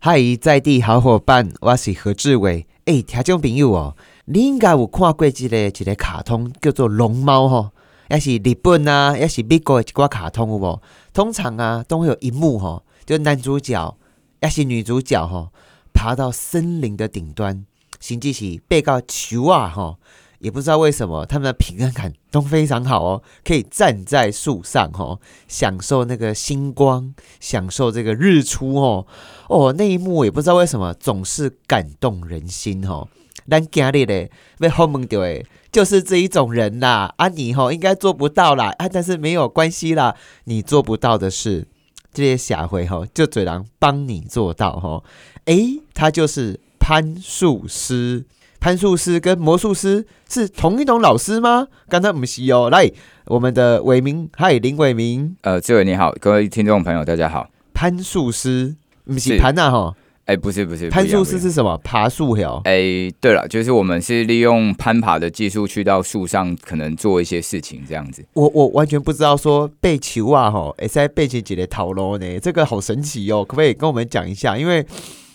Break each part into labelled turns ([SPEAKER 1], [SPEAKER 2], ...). [SPEAKER 1] 嗨，在地好伙伴，我是何志伟。诶、听众朋友哦，你应该有看过一个一个卡通叫做《龙猫》吼，也是日本啊，也是美国的一寡卡通有无？通常啊，都会有一幕吼，就男主角也是女主角吼，爬到森林的顶端，甚至是被告球啊吼，也不知道为什么他们的平衡感都非常好哦，可以站在树上吼，享受那个星光，享受这个日出哦。哦，那一幕也不知道为什么总是感动人心哦。咱今日嘞被轰蒙到诶，就是这一种人啦。啊，你吼、应该做不到啦，啊，但是没有关系啦，你做不到的事，这些下回吼、就嘴狼帮你做到吼、诶，他就是潘术师。潘术师跟魔术师是同一种老师吗？刚才不是哦，来，我们的伟明，嗨，林伟明，
[SPEAKER 2] 呃，志伟你好，各位听众朋友大家好。
[SPEAKER 1] 潘术师，不是
[SPEAKER 2] 是
[SPEAKER 1] 潘呐吼，
[SPEAKER 2] 哎、不是不是，
[SPEAKER 1] 攀
[SPEAKER 2] 不一样
[SPEAKER 1] 树
[SPEAKER 2] 不
[SPEAKER 1] 是
[SPEAKER 2] 一样
[SPEAKER 1] 是什么？爬树哦。
[SPEAKER 2] 哎、对了，就是我们是利用攀爬的技术去到树上，可能做一些事情这样子。
[SPEAKER 1] 我我完全不知道说背球啊吼，哎在背球姐的讨论呢，这个好神奇哦，可不可以跟我们讲一下？因为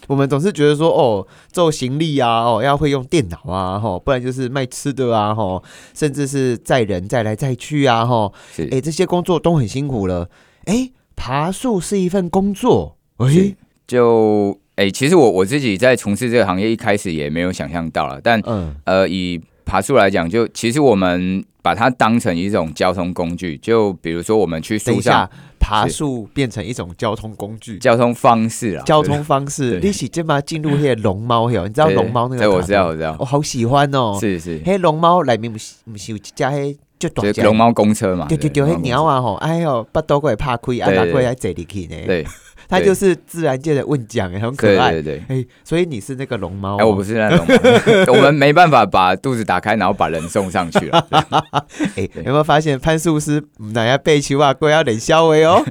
[SPEAKER 1] 我们总是觉得说哦，做行李啊，哦要会用电脑啊，吼，不然就是卖吃的啊，吼，甚至是载人载来载去啊，吼，
[SPEAKER 2] 是，
[SPEAKER 1] 哎这些工作都很辛苦了，哎爬树是一份工作，哎
[SPEAKER 2] 是就哎、其实我我自己在从事这个行业一开始也没有想象到了，但
[SPEAKER 1] 嗯
[SPEAKER 2] 呃，以爬树来讲，就其实我们把它当成一种交通工具，就比如说我们去
[SPEAKER 1] 等一
[SPEAKER 2] 树上
[SPEAKER 1] 下，爬
[SPEAKER 2] 是
[SPEAKER 1] 树变成一种交通工具，
[SPEAKER 2] 交通方式啦，
[SPEAKER 1] 交通方式，
[SPEAKER 2] 对
[SPEAKER 1] 你是这嘛进入迄个龙猫迄，你知
[SPEAKER 2] 对
[SPEAKER 1] 道
[SPEAKER 2] 对
[SPEAKER 1] 龙猫那个？
[SPEAKER 2] 对，我知道，，我知道，
[SPEAKER 1] 我好喜欢哦。
[SPEAKER 2] 是是，
[SPEAKER 1] 迄龙猫里面不是不是有一只迄就大
[SPEAKER 2] 就
[SPEAKER 1] 只
[SPEAKER 2] 是龙，猫公车嘛，
[SPEAKER 1] 对对对，
[SPEAKER 2] 龙猫
[SPEAKER 1] 迄
[SPEAKER 2] 公车
[SPEAKER 1] 鸟啊吼，哎呦，巴肚会拍开，啊
[SPEAKER 2] 对
[SPEAKER 1] 哪
[SPEAKER 2] 对
[SPEAKER 1] 过来坐入去呢？
[SPEAKER 2] 对
[SPEAKER 1] 它
[SPEAKER 2] 对
[SPEAKER 1] 就是自然界的问奖，哎，很
[SPEAKER 2] 对
[SPEAKER 1] 可爱。
[SPEAKER 2] 对对。
[SPEAKER 1] 哎，所以你是那个龙猫
[SPEAKER 2] 哎、
[SPEAKER 1] 哦？
[SPEAKER 2] 我不是那种嘛， 我们没办法把肚子打开，然后把人送上去了。
[SPEAKER 1] 哎，有没有发现潘素师嗯哪要背球啊，过要冷笑威 哦？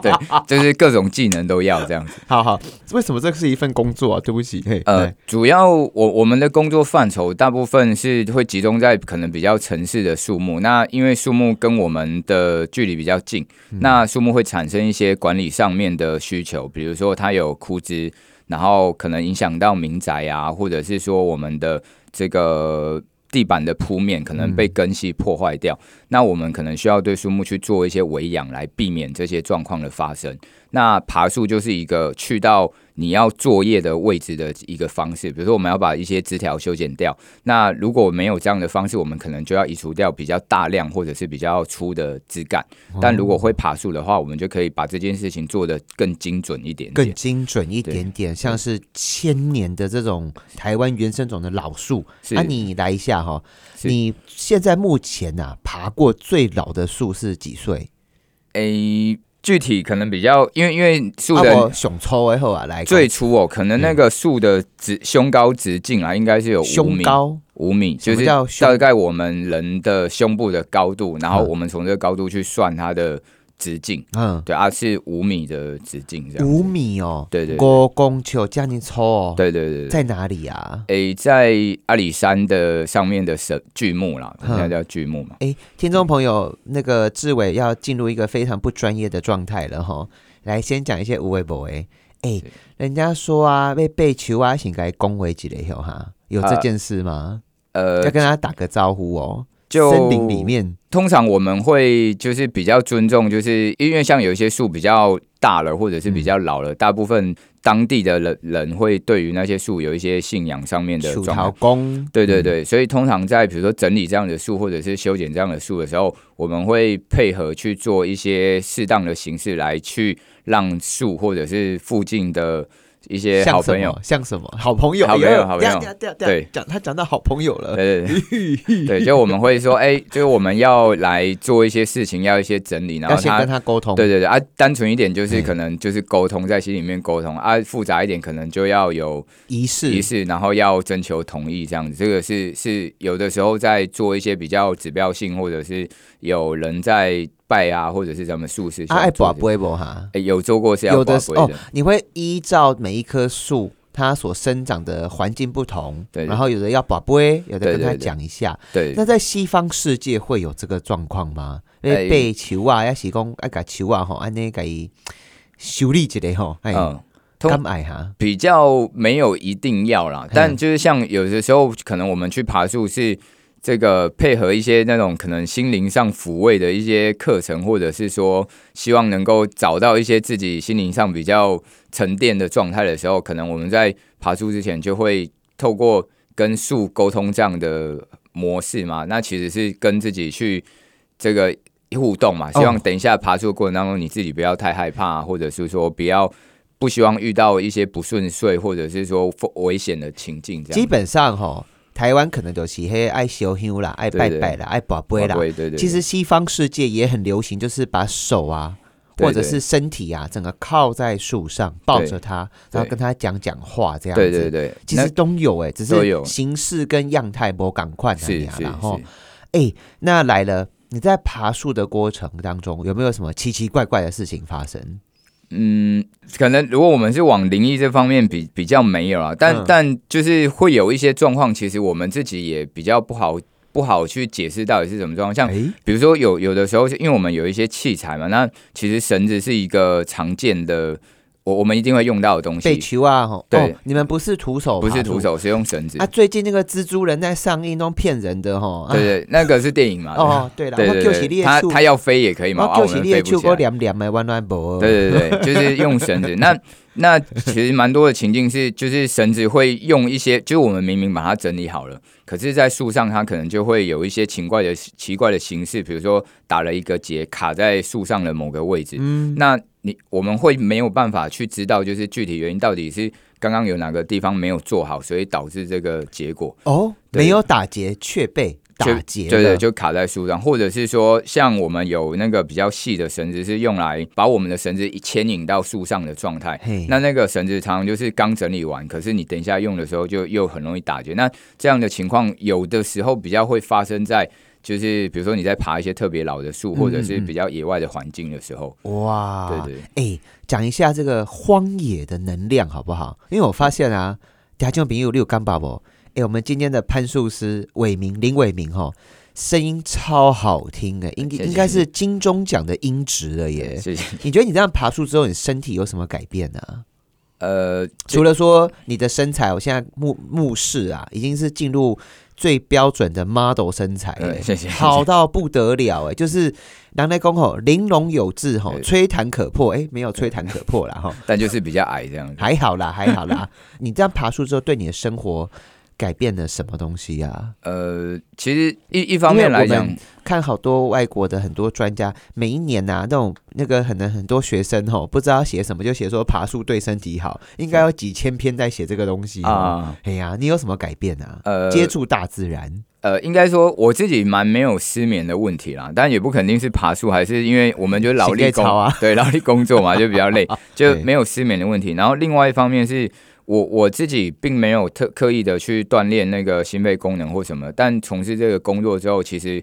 [SPEAKER 2] 对，就是各种技能都要这样子。
[SPEAKER 1] 好好，为什么这是一份工作啊？对不起，嘿，
[SPEAKER 2] 呃
[SPEAKER 1] 来，
[SPEAKER 2] 主要我我们的工作范畴大部分是会集中在可能比较城市的树木，那因为树木跟我们的距离比较近，
[SPEAKER 1] 嗯
[SPEAKER 2] 那树木会产生一些管理上面的需求，比如说它有枯枝，然后可能影响到民宅啊，或者是说我们的这个地板的铺面可能被根系破坏掉，那我们可能需要对树木去做一些维养，来避免这些状况的发生。那爬树就是一个去到你要作业的位置的一个方式，比如说我们要把一些枝条修剪掉，那如果没有这样的方式，我们可能就要移除掉比较大量或者是比较粗的枝干。
[SPEAKER 1] 哦
[SPEAKER 2] 但如果会爬树的话，我们就可以把这件事情做得更精准一点
[SPEAKER 1] 更
[SPEAKER 2] 点。
[SPEAKER 1] 精准一
[SPEAKER 2] 对
[SPEAKER 1] 点点，像是千年的这种台湾原生种的老树。
[SPEAKER 2] 是
[SPEAKER 1] 那、啊你来一下哈，
[SPEAKER 2] 是
[SPEAKER 1] 你现在目前呐、啊、爬过最老的树是几岁？
[SPEAKER 2] 诶、具体可能比较，因为因为树
[SPEAKER 1] 啊，
[SPEAKER 2] 的
[SPEAKER 1] 我熊抽哎后啊来
[SPEAKER 2] 最初哦，可能那个树的直胸高直径啊，应该是有五
[SPEAKER 1] 胸
[SPEAKER 2] 米，
[SPEAKER 1] 高
[SPEAKER 2] 五米，
[SPEAKER 1] 什
[SPEAKER 2] 就
[SPEAKER 1] 么
[SPEAKER 2] 是
[SPEAKER 1] 叫胸
[SPEAKER 2] 大概我们人的胸部的高度，然后
[SPEAKER 1] 嗯
[SPEAKER 2] 我们从这个高度去算它的直径，
[SPEAKER 1] 嗯
[SPEAKER 2] 对啊，是五米的直径这样。
[SPEAKER 1] 五米哦，
[SPEAKER 2] 啊对对对
[SPEAKER 1] 高公球这样你抽哦，
[SPEAKER 2] 对对对对。
[SPEAKER 1] 在哪里啊？
[SPEAKER 2] 诶，在阿里山的上面的神巨木啦，
[SPEAKER 1] 嗯
[SPEAKER 2] 现在叫巨木嘛。
[SPEAKER 1] 哎，听众朋友，那个志伟要进入一个非常不专业的状态了哈。来，先讲一些无为不为。哎
[SPEAKER 2] 是，
[SPEAKER 1] 人家说啊，被被球啊，请该恭维几类哈，有这件事吗？
[SPEAKER 2] 呃
[SPEAKER 1] 要，跟他打个招呼哦。
[SPEAKER 2] 就
[SPEAKER 1] 森林里面，
[SPEAKER 2] 通常我们会就是比较尊重，就是因为像有一些树比较大了，或者是比较老了，大部分当地的人人会对于那些树有一些信仰上面的
[SPEAKER 1] 楚
[SPEAKER 2] 状
[SPEAKER 1] 桃
[SPEAKER 2] 态。
[SPEAKER 1] 公，嗯
[SPEAKER 2] 对对对，所以通常在比如说整理这样的树，或者是修剪这样的树的时候，我们会配合去做一些适当的形式来去让树或者是附近的一些
[SPEAKER 1] 像
[SPEAKER 2] 好
[SPEAKER 1] 什
[SPEAKER 2] 朋友
[SPEAKER 1] 么，像什么好朋友，
[SPEAKER 2] 好朋友
[SPEAKER 1] 哎呦
[SPEAKER 2] 好朋友
[SPEAKER 1] 等一下等一下等一下
[SPEAKER 2] 对
[SPEAKER 1] 讲他讲到好朋友了，
[SPEAKER 2] 对 对对，对，就我们会说，哎、就是我们要来做一些事情，要一些整理，然
[SPEAKER 1] 要
[SPEAKER 2] 后
[SPEAKER 1] 先
[SPEAKER 2] 他
[SPEAKER 1] 跟他沟通，
[SPEAKER 2] 对对对啊，单纯一点就是
[SPEAKER 1] 嗯
[SPEAKER 2] 可能就是沟通，在心里面沟通啊，复杂一点可能就要有
[SPEAKER 1] 仪式
[SPEAKER 2] 仪式，然后要征求同意这样子。这个是是有的时候在做一些比较指标性，或者是有人在拜啊，或者是咱们术士
[SPEAKER 1] 啊，爱不不
[SPEAKER 2] 会
[SPEAKER 1] 会不哈，
[SPEAKER 2] 哎有做过是要
[SPEAKER 1] 有的
[SPEAKER 2] 卜
[SPEAKER 1] 是
[SPEAKER 2] 卦
[SPEAKER 1] 哦
[SPEAKER 2] 的，，
[SPEAKER 1] 你会依照每一棵树。它所生长的环境不同，
[SPEAKER 2] 对对
[SPEAKER 1] 然后有的要宝贝，有的
[SPEAKER 2] 对
[SPEAKER 1] 跟
[SPEAKER 2] 对
[SPEAKER 1] 他
[SPEAKER 2] 对
[SPEAKER 1] 讲一下。
[SPEAKER 2] 对
[SPEAKER 1] 那在西方世界会有这个状况吗？因为
[SPEAKER 2] 哎
[SPEAKER 1] 被球啊，要是讲要把球啊吼，安尼给它修理一下吼，哎，
[SPEAKER 2] 嗯。通
[SPEAKER 1] 敢爱哈，
[SPEAKER 2] 比较没有一定要啦，但就是像有的时候，可能我们去爬树是这个配合一些那种可能心灵上抚慰的一些课程，或者是说希望能够找到一些自己心灵上比较沉淀的状态的时候，可能我们在爬树之前就会透过跟树沟通这样的模式嘛，那其实是跟自己去这个互动嘛，希望等一下爬树的过程当中你自己不要太害怕，或者是说不要。不希望遇到一些不顺遂或者是说风危险的情境，这样
[SPEAKER 1] 基本上吼，台湾可能就是迄爱烧香啦，爱拜
[SPEAKER 2] 对对
[SPEAKER 1] 拜啦，爱宝贝啦。
[SPEAKER 2] 对对对，
[SPEAKER 1] 其实西方世界也很流行，就是把手啊，
[SPEAKER 2] 对
[SPEAKER 1] 或者
[SPEAKER 2] 对
[SPEAKER 1] 是身体啊，整个靠在树上，抱着它，然后跟它讲讲话这样子。
[SPEAKER 2] 对对对，
[SPEAKER 1] 其实都有哎、只
[SPEAKER 2] 都
[SPEAKER 1] 是
[SPEAKER 2] 有
[SPEAKER 1] 形式跟样态不赶快
[SPEAKER 2] 那是是是，
[SPEAKER 1] 然后哎，那来了，你在爬树的过程当中有没有什么奇奇怪怪的事情发生？
[SPEAKER 2] 嗯，可能如果我们是往灵异这方面比比较没有啊，但、
[SPEAKER 1] 嗯
[SPEAKER 2] 但就是会有一些状况，其实我们自己也比较不好不好去解释到底是什么状况，像
[SPEAKER 1] 哎，
[SPEAKER 2] 比如说有有的时候是因为我们有一些器材嘛，那其实绳子是一个常见的，我我们一定会用到的东
[SPEAKER 1] 被
[SPEAKER 2] 西，
[SPEAKER 1] 球啊吼，
[SPEAKER 2] 对
[SPEAKER 1] 哦，你们不是徒手爬
[SPEAKER 2] 不
[SPEAKER 1] 树，
[SPEAKER 2] 是徒手，是用绳子。
[SPEAKER 1] 啊！最近那个蜘蛛人在上映，都骗人的吼。啊
[SPEAKER 2] 对对，那个是电影嘛？
[SPEAKER 1] 哦，对了，
[SPEAKER 2] 对
[SPEAKER 1] 我
[SPEAKER 2] 对
[SPEAKER 1] 救起
[SPEAKER 2] 对，
[SPEAKER 1] 猎
[SPEAKER 2] 他
[SPEAKER 1] 树，哦
[SPEAKER 2] 他要飞也可以嘛，啊，
[SPEAKER 1] 我
[SPEAKER 2] 我
[SPEAKER 1] 救起
[SPEAKER 2] 们
[SPEAKER 1] 猎
[SPEAKER 2] 飞
[SPEAKER 1] 树，
[SPEAKER 2] 不起
[SPEAKER 1] 我
[SPEAKER 2] 来。
[SPEAKER 1] 两两的弯弯无。
[SPEAKER 2] 对对 对，就是用绳子。那那其实蛮多的情境是，就是绳子会用一些，就是我们明明把它整理好了，可是，在树上它可能就会有一些奇怪的奇怪的形式，比如说打了一个结，卡在树上的某个位置。
[SPEAKER 1] 嗯，
[SPEAKER 2] 那你我们会没有办法去知道，就是具体原因到底是刚刚有哪个地方没有做好，所以导致这个结果。
[SPEAKER 1] 哦，
[SPEAKER 2] 对
[SPEAKER 1] 没有打结却被打结
[SPEAKER 2] 对
[SPEAKER 1] 了
[SPEAKER 2] 对，，就卡在树上，或者是说，像我们有那个比较细的绳子，是用来把我们的绳子一牵引到树上的状态
[SPEAKER 1] 嘿。
[SPEAKER 2] 那那个绳子常常就是刚整理完，可是你等一下用的时候就又很容易打结。那这样的情况有的时候比较会发生在，就是比如说你在爬一些特别老的树，
[SPEAKER 1] 嗯
[SPEAKER 2] 或者是
[SPEAKER 1] 嗯嗯
[SPEAKER 2] 比较野外的环境的时候，
[SPEAKER 1] 哇，
[SPEAKER 2] 对对
[SPEAKER 1] 哎，讲一下这个荒野的能量好不好？因为我发现啊，家境朋友六干爸不？哎，我们今天的攀树师伟明林伟明吼，声音超好听的，应
[SPEAKER 2] 谢谢
[SPEAKER 1] 应该是金钟奖的音质了
[SPEAKER 2] 对，
[SPEAKER 1] 耶。
[SPEAKER 2] 谢谢。
[SPEAKER 1] 你觉得你这样爬树之后，你身体有什么改变呢、
[SPEAKER 2] 呃，
[SPEAKER 1] 除了说你的身材，我现在目目视啊，已经是进入最标准的 model 身材了、
[SPEAKER 2] 嗯谢谢
[SPEAKER 1] 哎好到不得了 哎、就是南来公吼，玲珑有致吼，
[SPEAKER 2] 对
[SPEAKER 1] 吹弹可破哎、没有吹弹可破 啦哈，
[SPEAKER 2] 但就是比较矮这样子。
[SPEAKER 1] 还好啦，还好啦。你这样爬树之后，对你的生活改变了什么东西啊？
[SPEAKER 2] 呃，其实一一方面来
[SPEAKER 1] 因为我
[SPEAKER 2] 讲
[SPEAKER 1] 们，看好多外国的很多专家，每一年呐、啊，那种那个可能很多学生吼，不知道写什么，就写说爬树对身体好，应该有几千篇在写这个东西啊。
[SPEAKER 2] 啊，
[SPEAKER 1] 哎呀，你有什么改变啊？
[SPEAKER 2] 呃，
[SPEAKER 1] 接触大自然，
[SPEAKER 2] 呃，应该说我自己蛮没有失眠的问题啦，但也不肯定是爬树，还是因为我们就劳
[SPEAKER 1] 行
[SPEAKER 2] 力
[SPEAKER 1] 业
[SPEAKER 2] 工、
[SPEAKER 1] 操啊
[SPEAKER 2] 对劳力工作嘛，就比 较累，就
[SPEAKER 1] 对
[SPEAKER 2] 没有失眠的问题。然后另外一方面是我我自己并没有特刻意的去锻炼那个心肺功能或什么，但从事这个工作之后，其实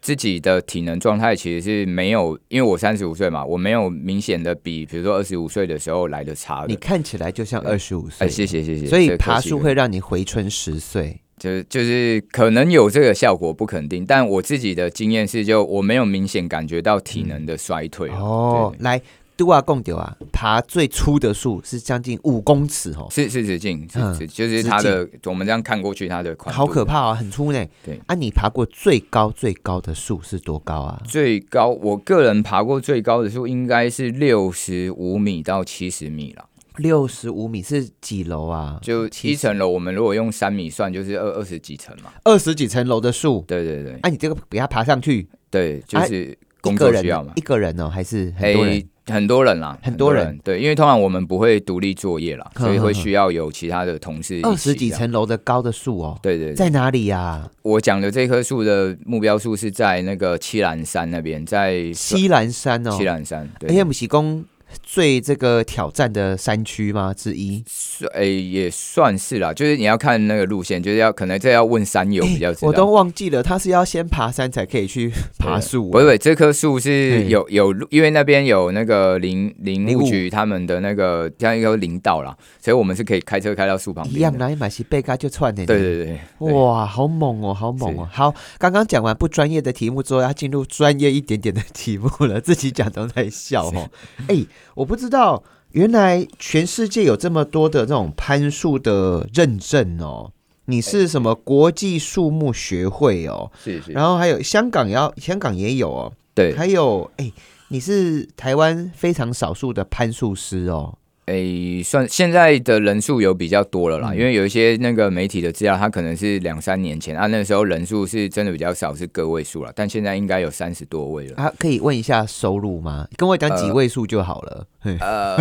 [SPEAKER 2] 自己的体能状态其实是没有，因为我三十五岁嘛，我没有明显的比比如说二十五岁的时候来的差的
[SPEAKER 1] 你。看起来就像二十五
[SPEAKER 2] 哎，
[SPEAKER 1] 岁，
[SPEAKER 2] 谢谢谢谢。
[SPEAKER 1] 所以
[SPEAKER 2] 这客
[SPEAKER 1] 爬
[SPEAKER 2] 气
[SPEAKER 1] 树
[SPEAKER 2] 了
[SPEAKER 1] 会让你回春十岁。
[SPEAKER 2] 就是就是可能有这个效果，不肯定。但我自己的经验是，就我没有明显感觉到体能的衰退啊
[SPEAKER 1] 哦，
[SPEAKER 2] 对
[SPEAKER 1] 来杜啊贡丢啊，爬最粗的树是将近五公尺哦，
[SPEAKER 2] 是是直径，是
[SPEAKER 1] 嗯
[SPEAKER 2] 是就是它的，我们这样看过去，它的宽度
[SPEAKER 1] 好可。怕啊，很粗呢。
[SPEAKER 2] 对
[SPEAKER 1] 啊，你爬过最高最高的树是多高啊？
[SPEAKER 2] 最高，我个人爬过最高的树应该是六十五米到七十米了。
[SPEAKER 1] 六十五米是几楼啊？
[SPEAKER 2] 就
[SPEAKER 1] 70
[SPEAKER 2] 一层楼，我们如果用三米算，就是二二十几层嘛。
[SPEAKER 1] 二十几层楼的树，
[SPEAKER 2] 对对对
[SPEAKER 1] 啊，你这个给它爬上去，
[SPEAKER 2] 对，就是工
[SPEAKER 1] 一个
[SPEAKER 2] 作
[SPEAKER 1] 人
[SPEAKER 2] 需要嘛。
[SPEAKER 1] 哎一个人哦，还是很
[SPEAKER 2] 诶，
[SPEAKER 1] 多人？
[SPEAKER 2] 很多人啦，
[SPEAKER 1] 很多人
[SPEAKER 2] 对，因为通常我们不会独立作业啦，
[SPEAKER 1] 哼
[SPEAKER 2] 所以会
[SPEAKER 1] 哼哼
[SPEAKER 2] 需要有其他的同事一起
[SPEAKER 1] 二十几
[SPEAKER 2] 这样
[SPEAKER 1] 层楼的高的树哦，
[SPEAKER 2] 对对，对，
[SPEAKER 1] 在哪里呀？
[SPEAKER 2] 我讲的这棵树的目标树是在那个七兰山那边，在
[SPEAKER 1] 西兰山哦，
[SPEAKER 2] 七兰山，
[SPEAKER 1] 而且
[SPEAKER 2] 对，
[SPEAKER 1] 姆西宫最这个挑战的山区吗之一？
[SPEAKER 2] 算诶也算是啦，就是你要看那个路线，就是要可能这要问山友比较知
[SPEAKER 1] 哎
[SPEAKER 2] 道。啊
[SPEAKER 1] 我都忘记了，他是要先爬山才可以去爬树、欸
[SPEAKER 2] 不是不是，这棵树是
[SPEAKER 1] 嘿
[SPEAKER 2] 有有路，因为那边有那个林林
[SPEAKER 1] 嗯林
[SPEAKER 2] 务
[SPEAKER 1] 务
[SPEAKER 2] 局他们的那个像一个林道啦，所以我们是可以开车开到树旁
[SPEAKER 1] 一
[SPEAKER 2] 边
[SPEAKER 1] 样
[SPEAKER 2] 的。
[SPEAKER 1] 啦，买起贝嘎就窜的。
[SPEAKER 2] 对对对，对
[SPEAKER 1] 哇，好猛哦，好猛哦！好，刚刚讲完不专业的题目之后，要进 入专业一点点的题目了，自己讲都在笑哦。哎、我不知道原来全世界有这么多的这种攀树的认证哦。你是什么国际树木学会哦？
[SPEAKER 2] 是是，
[SPEAKER 1] 然后还有香港也要，香港也有哦。
[SPEAKER 2] 对，
[SPEAKER 1] 还有哎，你是台湾非常少数的攀树师哦。
[SPEAKER 2] 诶，算现在的人数有比较多了啦，
[SPEAKER 1] 嗯
[SPEAKER 2] 因为有一些那个媒体的资料，它可能是两三年前啊，那时候人数是真的比较少，是个位数了，但现在应该有三十多位了。
[SPEAKER 1] 啊，可以问一下收入吗？跟我讲几
[SPEAKER 2] 呃
[SPEAKER 1] 位数就好了。嘿
[SPEAKER 2] 呃，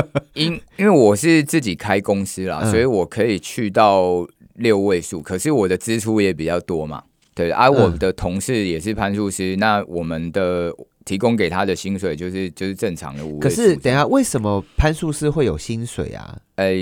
[SPEAKER 2] 因因为我是自己开公司啦，
[SPEAKER 1] 嗯
[SPEAKER 2] 所以我可以去到六位数，可是我的支出也比较多嘛。对，
[SPEAKER 1] 嗯
[SPEAKER 2] 啊，我的同事也是攀树师，那我们的提供给他的薪水就是就是正常的五位数。
[SPEAKER 1] 可是等一下，为什么攀树师会有薪水啊？
[SPEAKER 2] 呃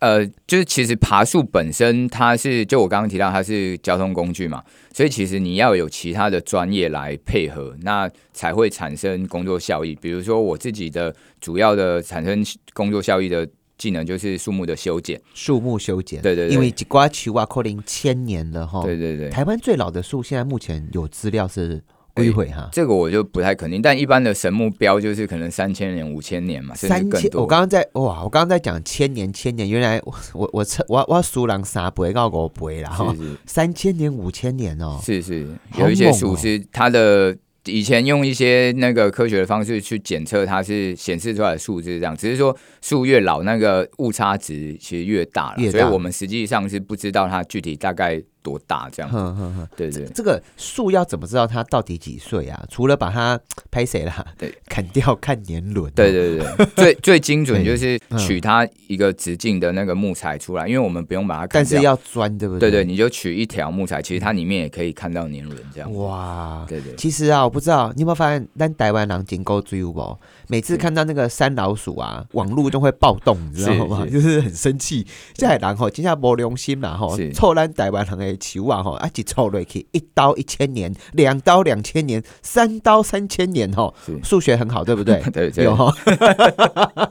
[SPEAKER 2] 呃，就是其实爬树本身它是，就我刚刚提到它是交通工具嘛，所以其实你要有其他的专业来配合，那才会产生工作效益。比如说我自己的主要的产生工作效益的技能就是树木的修剪，
[SPEAKER 1] 树木修剪，
[SPEAKER 2] 对对对
[SPEAKER 1] 因为几瓜球啊，扣零千年了哈。
[SPEAKER 2] 对对对。
[SPEAKER 1] 台湾最老的树，现在目前有资料是归回哈，
[SPEAKER 2] 这个我就不太肯定，但一般的神木标就是可能三千年、五千年嘛，甚至
[SPEAKER 1] 三
[SPEAKER 2] 更
[SPEAKER 1] 千。
[SPEAKER 2] 多。
[SPEAKER 1] 我刚刚在哇，我刚刚在讲千年千年，原来我我我测我我输人三倍到五倍啦哈，
[SPEAKER 2] 是
[SPEAKER 1] 三千年五千年哦，
[SPEAKER 2] 是是是，
[SPEAKER 1] 好
[SPEAKER 2] 有一些
[SPEAKER 1] 猛
[SPEAKER 2] 树
[SPEAKER 1] 哦
[SPEAKER 2] 是它的以前用一些那个科学的方式去检测，它是显示出来的数字这样，只是说树越老，那个误差值其实越大了，
[SPEAKER 1] 越大
[SPEAKER 2] 所以我们实际上是不知道它具体大概多大这 样。
[SPEAKER 1] 哼哼哼。
[SPEAKER 2] 对对
[SPEAKER 1] 这个树要怎么知道它到底几岁啊？除了把它拍谁啦，
[SPEAKER 2] 对，
[SPEAKER 1] 砍掉看年轮哦、
[SPEAKER 2] 对对对 对，最最精准就是
[SPEAKER 1] 嗯
[SPEAKER 2] 取它一个直径的那个木材出来，因为我们不用把它砍
[SPEAKER 1] 但是
[SPEAKER 2] 掉。
[SPEAKER 1] 要钻，对不
[SPEAKER 2] 对对，
[SPEAKER 1] 对
[SPEAKER 2] 你就取一条木材，其实它里面也可以看到年轮这样。
[SPEAKER 1] 哇，
[SPEAKER 2] 对对，
[SPEAKER 1] 其实啊，我不知道你有没有发现，但台湾狼警够追我，每次看到那个山老鼠啊，网路就会暴动，你知道吗？
[SPEAKER 2] 是
[SPEAKER 1] 就是很生气，这海狼吼，今下没良心啦吼
[SPEAKER 2] 是，
[SPEAKER 1] 臭咱台湾人的球啊吼，啊一臭落去，一刀一千年，两刀两千年，三刀三千年吼，
[SPEAKER 2] 是？
[SPEAKER 1] 数学很好，对不对
[SPEAKER 2] 对对
[SPEAKER 1] 有，吼，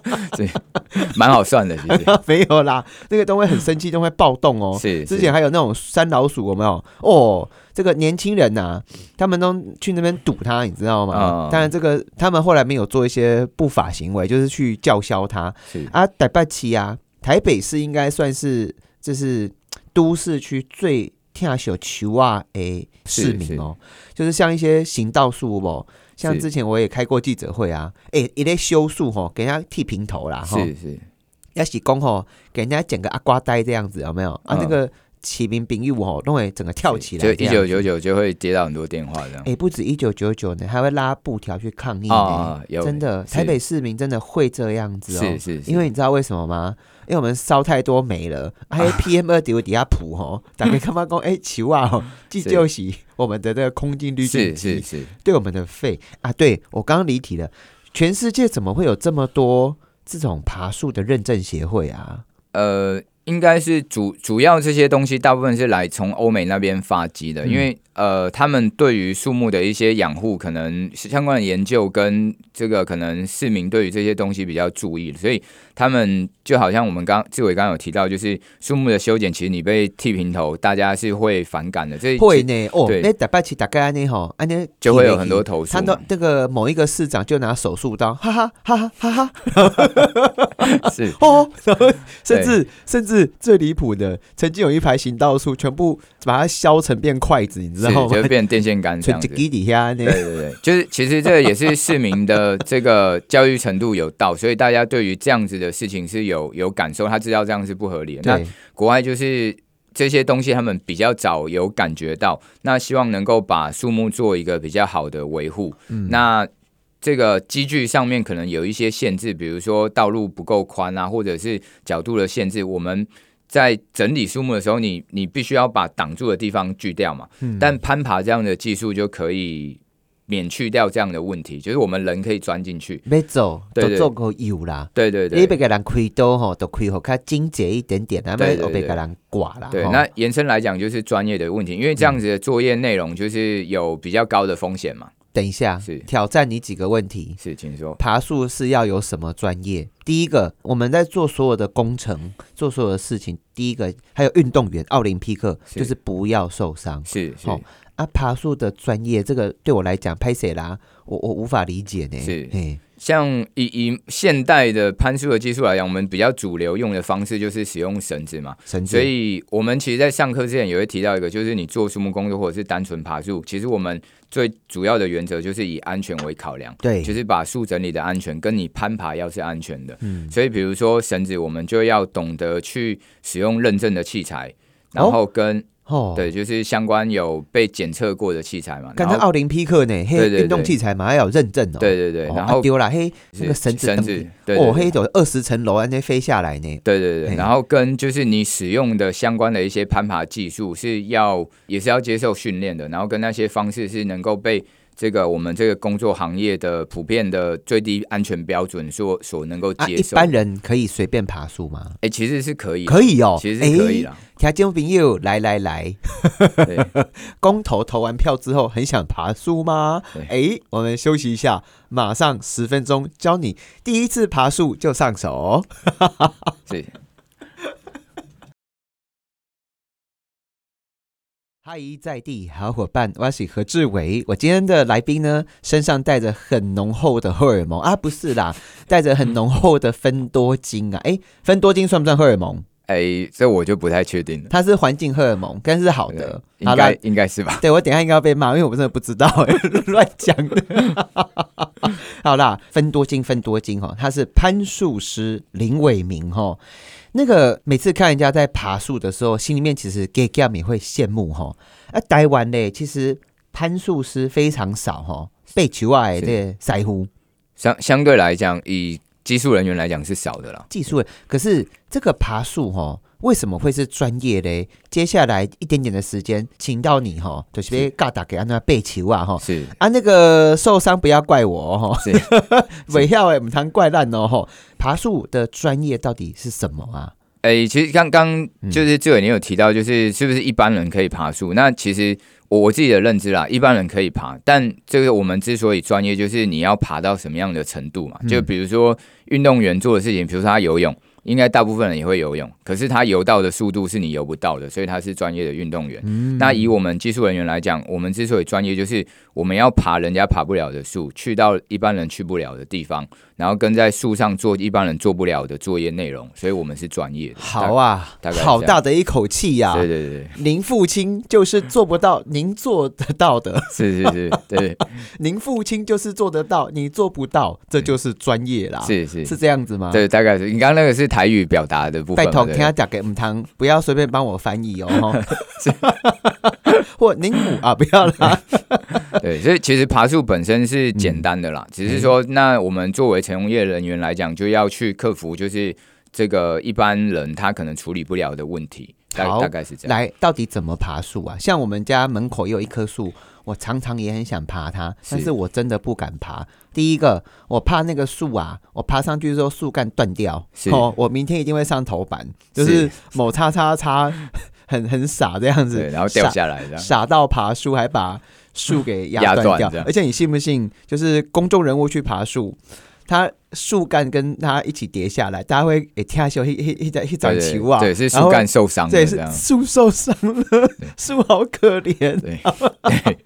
[SPEAKER 2] 蛮好算的，其实
[SPEAKER 1] 没 有啦，那个都会很生气，都会暴动哦。
[SPEAKER 2] 是
[SPEAKER 1] 之前还有那种山老鼠，有没有？哦，这个年轻人呐、他们都去那边堵他，你知道吗？
[SPEAKER 2] 嗯
[SPEAKER 1] 当然，这个他们后来没有做一些不法行为，就是去叫嚣他
[SPEAKER 2] 是是
[SPEAKER 1] 啊。台北市啊，台北市应该算是这是都市区最听小球啊诶
[SPEAKER 2] 是
[SPEAKER 1] 市民哦，就是像一些行道树哦。像
[SPEAKER 2] 是
[SPEAKER 1] 之前我也开过记者会啊，诶、一类修树吼，给人家剃平头啦，吼，
[SPEAKER 2] 是是。
[SPEAKER 1] 要是讲吼，给人家剪个阿瓜呆这样子，有没有？啊，
[SPEAKER 2] 嗯
[SPEAKER 1] 那个起名饼友吼，都会整个跳起来
[SPEAKER 2] 就
[SPEAKER 1] 这
[SPEAKER 2] 一
[SPEAKER 1] 样。
[SPEAKER 2] 九九九就会接到很多电话这样。
[SPEAKER 1] 哎、不止一九九九呢，还会拉布条去抗议呢。
[SPEAKER 2] 啊，有
[SPEAKER 1] 真的，
[SPEAKER 2] 是
[SPEAKER 1] 台北市民真的会这样子哦。
[SPEAKER 2] 是是，是
[SPEAKER 1] 因为你知道为什么吗？因为我们烧太多煤了，啊还有 PM 二点五底下普吼，大家干嘛讲？哎，奇怪哦，这
[SPEAKER 2] 是
[SPEAKER 1] 就是我们的那个空净滤净
[SPEAKER 2] 是
[SPEAKER 1] 机
[SPEAKER 2] 是是
[SPEAKER 1] 对我们的肺啊，对我刚刚离题了。全世界怎么会有这么多这种爬树的认证协会啊？
[SPEAKER 2] 呃，应该是主主要这些东西大部分是来从欧美那边发迹的，
[SPEAKER 1] 嗯
[SPEAKER 2] 因为呃，他们对于树木的一些养护，可能是相关的研究跟这个可能市民对于这些东西比较注意，所以他们就好像我们刚志伟刚刚有提到，就是树木的修剪，其实你被剃平头，大家是会反感的，这
[SPEAKER 1] 会呢，哦，
[SPEAKER 2] 对
[SPEAKER 1] 那打败起大概安尼吼，安尼
[SPEAKER 2] 就会有很多。投诉
[SPEAKER 1] 他
[SPEAKER 2] 嘛。
[SPEAKER 1] 的那个某一个市长就拿手术刀，哈哈哈哈哈哈
[SPEAKER 2] 是
[SPEAKER 1] 哦，然后甚至甚至最离谱的，曾经有一排行道树全部把它削成变筷子，你知
[SPEAKER 2] 是，
[SPEAKER 1] 道
[SPEAKER 2] 就
[SPEAKER 1] 吗
[SPEAKER 2] 会？变电线杆这
[SPEAKER 1] 存
[SPEAKER 2] 样
[SPEAKER 1] 几
[SPEAKER 2] 子。
[SPEAKER 1] 滴底下呢
[SPEAKER 2] 对，对对， 就是其实这个也是市民的这个教育程度有到，所以大家对于这样子的事情是有有感受，他知道这样是不合理的。那
[SPEAKER 1] 对，
[SPEAKER 2] 国外就是这些东西，他们比较早有感觉到，那希望能够把树木做一个比较好的维护。
[SPEAKER 1] 嗯
[SPEAKER 2] 那这个机具上面可能有一些限制，比如说道路不够宽啊，或者是角度的限制。我们在整理树木的时候，你你必须要把挡住的地方锯掉嘛。
[SPEAKER 1] 嗯
[SPEAKER 2] 但攀爬这样的技术就可以免去掉这样的问题，就是我们人可以钻进去。
[SPEAKER 1] 要走
[SPEAKER 2] 对
[SPEAKER 1] 都
[SPEAKER 2] 对
[SPEAKER 1] 做够有啦。
[SPEAKER 2] 对对对，
[SPEAKER 1] 你别给人开刀吼，都开好较精简一点点，啊，
[SPEAKER 2] 对对
[SPEAKER 1] 别
[SPEAKER 2] 对
[SPEAKER 1] 别给人刮啦。
[SPEAKER 2] 对，
[SPEAKER 1] 吼
[SPEAKER 2] 那延伸来讲就是专业的问题，因为这样子的作业内容就是有比较高的风险嘛。
[SPEAKER 1] 等一下
[SPEAKER 2] 是
[SPEAKER 1] 挑战你几个问题，
[SPEAKER 2] 是，请说。
[SPEAKER 1] 爬树是要有什么专业？第一个，我们在做所有的工程、做所有的事情，第一个还有运动员奥林匹克，
[SPEAKER 2] 是
[SPEAKER 1] 就是不要受伤
[SPEAKER 2] 是是
[SPEAKER 1] 好啊。爬树的专业，这个对我来讲，拍谁啦？我我无法理解呢。
[SPEAKER 2] 是
[SPEAKER 1] 嘿
[SPEAKER 2] 像以以现代的攀树的技术来讲，我们比较主流用的方式就是使用绳子嘛。
[SPEAKER 1] 绳子
[SPEAKER 2] 所，以我们其实，在上课之前也会提到一个，就是你做树木工作或者是单纯爬树，其实我们最主要的原则就是以安全为考量，
[SPEAKER 1] 对
[SPEAKER 2] 就是把树整理的安全跟你攀爬要是安全的。
[SPEAKER 1] 嗯，
[SPEAKER 2] 所以，比如说绳子，我们就要懂得去使用认证的器材，然后跟、
[SPEAKER 1] 哦，，
[SPEAKER 2] 对，就是相关有被检测过的器材嘛。
[SPEAKER 1] 刚
[SPEAKER 2] 然
[SPEAKER 1] 才
[SPEAKER 2] 后
[SPEAKER 1] 奥林匹克呢，嘿，
[SPEAKER 2] 对对
[SPEAKER 1] 运动器材嘛，还有认证哦。
[SPEAKER 2] 对对对，
[SPEAKER 1] 哦，
[SPEAKER 2] 然后
[SPEAKER 1] 啊丢了嘿，
[SPEAKER 2] 是
[SPEAKER 1] 那个绳子
[SPEAKER 2] 绳
[SPEAKER 1] 登
[SPEAKER 2] 子
[SPEAKER 1] 顶，，
[SPEAKER 2] 对
[SPEAKER 1] 哦，
[SPEAKER 2] 对对
[SPEAKER 1] 嘿，走二十层楼，安尼飞下来呢。
[SPEAKER 2] 对对
[SPEAKER 1] 嘿
[SPEAKER 2] 对，然后跟就是你使用的相关的一些攀爬技术是要也是要接受训练的，然后跟那些方式是能够被这个我们这个工作行业的普遍的最低安全标准所所能够
[SPEAKER 1] 啊，
[SPEAKER 2] 接
[SPEAKER 1] 一
[SPEAKER 2] 受。
[SPEAKER 1] 般人可以随便爬树吗？
[SPEAKER 2] 哎，其实是可以的，
[SPEAKER 1] 可以哦，
[SPEAKER 2] 其实是可以啦。
[SPEAKER 1] 哎。听众朋友，来来来，
[SPEAKER 2] 对，
[SPEAKER 1] 公投投完票之后，很想爬树吗？哎，我们休息一下，马上十分钟教你第一次爬树就上手。
[SPEAKER 2] 是
[SPEAKER 1] 嗨，在地好伙伴，我是何志伟。我今天的来宾呢，身上带着很浓厚的荷尔蒙啊，不是 啦，带着很浓厚的芬多精啊。哎，芬多精算不算荷尔蒙？
[SPEAKER 2] 哎，这我就不太确定了。
[SPEAKER 1] 它是环境荷尔蒙，但是好
[SPEAKER 2] 对
[SPEAKER 1] 的。好
[SPEAKER 2] 应
[SPEAKER 1] 啦
[SPEAKER 2] 该，应该是吧？
[SPEAKER 1] 对我等一下应该要被骂，因为我真的不知道、哎 乱讲的。 好啦，分多金分多金哦，他是攀树师林伟明哦。那个每次看人家在爬树的时候，心里面其实 gay gam 也会羡慕哈。啊，台湾嘞，其实攀树师非常少哈，被球外的腮乎
[SPEAKER 2] 相相对来讲，以技术人员来讲是少的啦。
[SPEAKER 1] 技术人。可是这个爬树哈，为什么会是专业嘞？接下来一点点的时间，请到你哈，就是被尬打给安娜被球啊哈。
[SPEAKER 2] 是
[SPEAKER 1] 啊，那个受伤不要怪我哦，
[SPEAKER 2] 是
[SPEAKER 1] 尾要哎，我们常怪烂哦吼。爬树的专业到底是什么啊？
[SPEAKER 2] 诶、其实刚刚
[SPEAKER 1] 嗯
[SPEAKER 2] 就是志伟，你有提到，就是是不是一般人可以爬树？那其实我我自己的认知啦，一般人可以爬，但这个我们之所以专业，就是你要爬到什么样的程度嘛？
[SPEAKER 1] 嗯
[SPEAKER 2] 就比如说运动员做的事情，比如说他游泳，应该大部分人也会游泳，可是他游到的速度是你游不到的，所以他是专业的运动员。
[SPEAKER 1] 嗯
[SPEAKER 2] 那以我们技术人员来讲，我们之所以专业，就是我们要爬人家爬不了的树，去到一般人去不了的地方，然后跟在树上做一般人做不了的作业内容，所以我们是专业的。
[SPEAKER 1] 好啊
[SPEAKER 2] 大概大概，是
[SPEAKER 1] 好
[SPEAKER 2] 这样
[SPEAKER 1] 大的一口气呀、
[SPEAKER 2] 对对对，
[SPEAKER 1] 您父亲就是做不到，您做得到的；
[SPEAKER 2] 是是是，对，
[SPEAKER 1] 您父亲就是做得到，你做不到，这就是专业啦。
[SPEAKER 2] 是是
[SPEAKER 1] 是这样子吗？，
[SPEAKER 2] 对，大概是你刚刚那个是台语表达的部分啊
[SPEAKER 1] 拜
[SPEAKER 2] 嘛，
[SPEAKER 1] 托，
[SPEAKER 2] 对
[SPEAKER 1] 听他讲给母堂，不要随便帮我翻译哦。 吼 或您母啊，不要啦。
[SPEAKER 2] 对，所以其实爬树本身是简单的啦，只是说那我们作为从业人员来讲，就要去克服就是这个一般人他可能处理不了的问题，大
[SPEAKER 1] 好
[SPEAKER 2] 大概是这样。
[SPEAKER 1] 来，到底怎么爬树啊？像我们家门口也有一棵树，我常常也很想爬它，但
[SPEAKER 2] 是
[SPEAKER 1] 是我真的不敢爬。第一个，我怕那个树啊，我爬上去之后树干断掉，
[SPEAKER 2] 是
[SPEAKER 1] 哦，我明天一定会上头版，就是
[SPEAKER 2] 是
[SPEAKER 1] 某叉叉叉很很傻这样子，
[SPEAKER 2] 对，然后掉下来这样。
[SPEAKER 1] 傻到爬树还把树给压
[SPEAKER 2] 压
[SPEAKER 1] 断
[SPEAKER 2] 断
[SPEAKER 1] 掉
[SPEAKER 2] 这，样
[SPEAKER 1] 而且你信不信，就是公众人物去爬树，他树干跟他一起跌下来，大家会诶跳下去，一一一一长
[SPEAKER 2] 对对
[SPEAKER 1] 球啊，
[SPEAKER 2] 对，是
[SPEAKER 1] 然
[SPEAKER 2] 树
[SPEAKER 1] 后
[SPEAKER 2] 干受伤
[SPEAKER 1] 这
[SPEAKER 2] 的
[SPEAKER 1] 也
[SPEAKER 2] 这
[SPEAKER 1] 是
[SPEAKER 2] 样，
[SPEAKER 1] 树受伤了，树好可怜
[SPEAKER 2] 对，对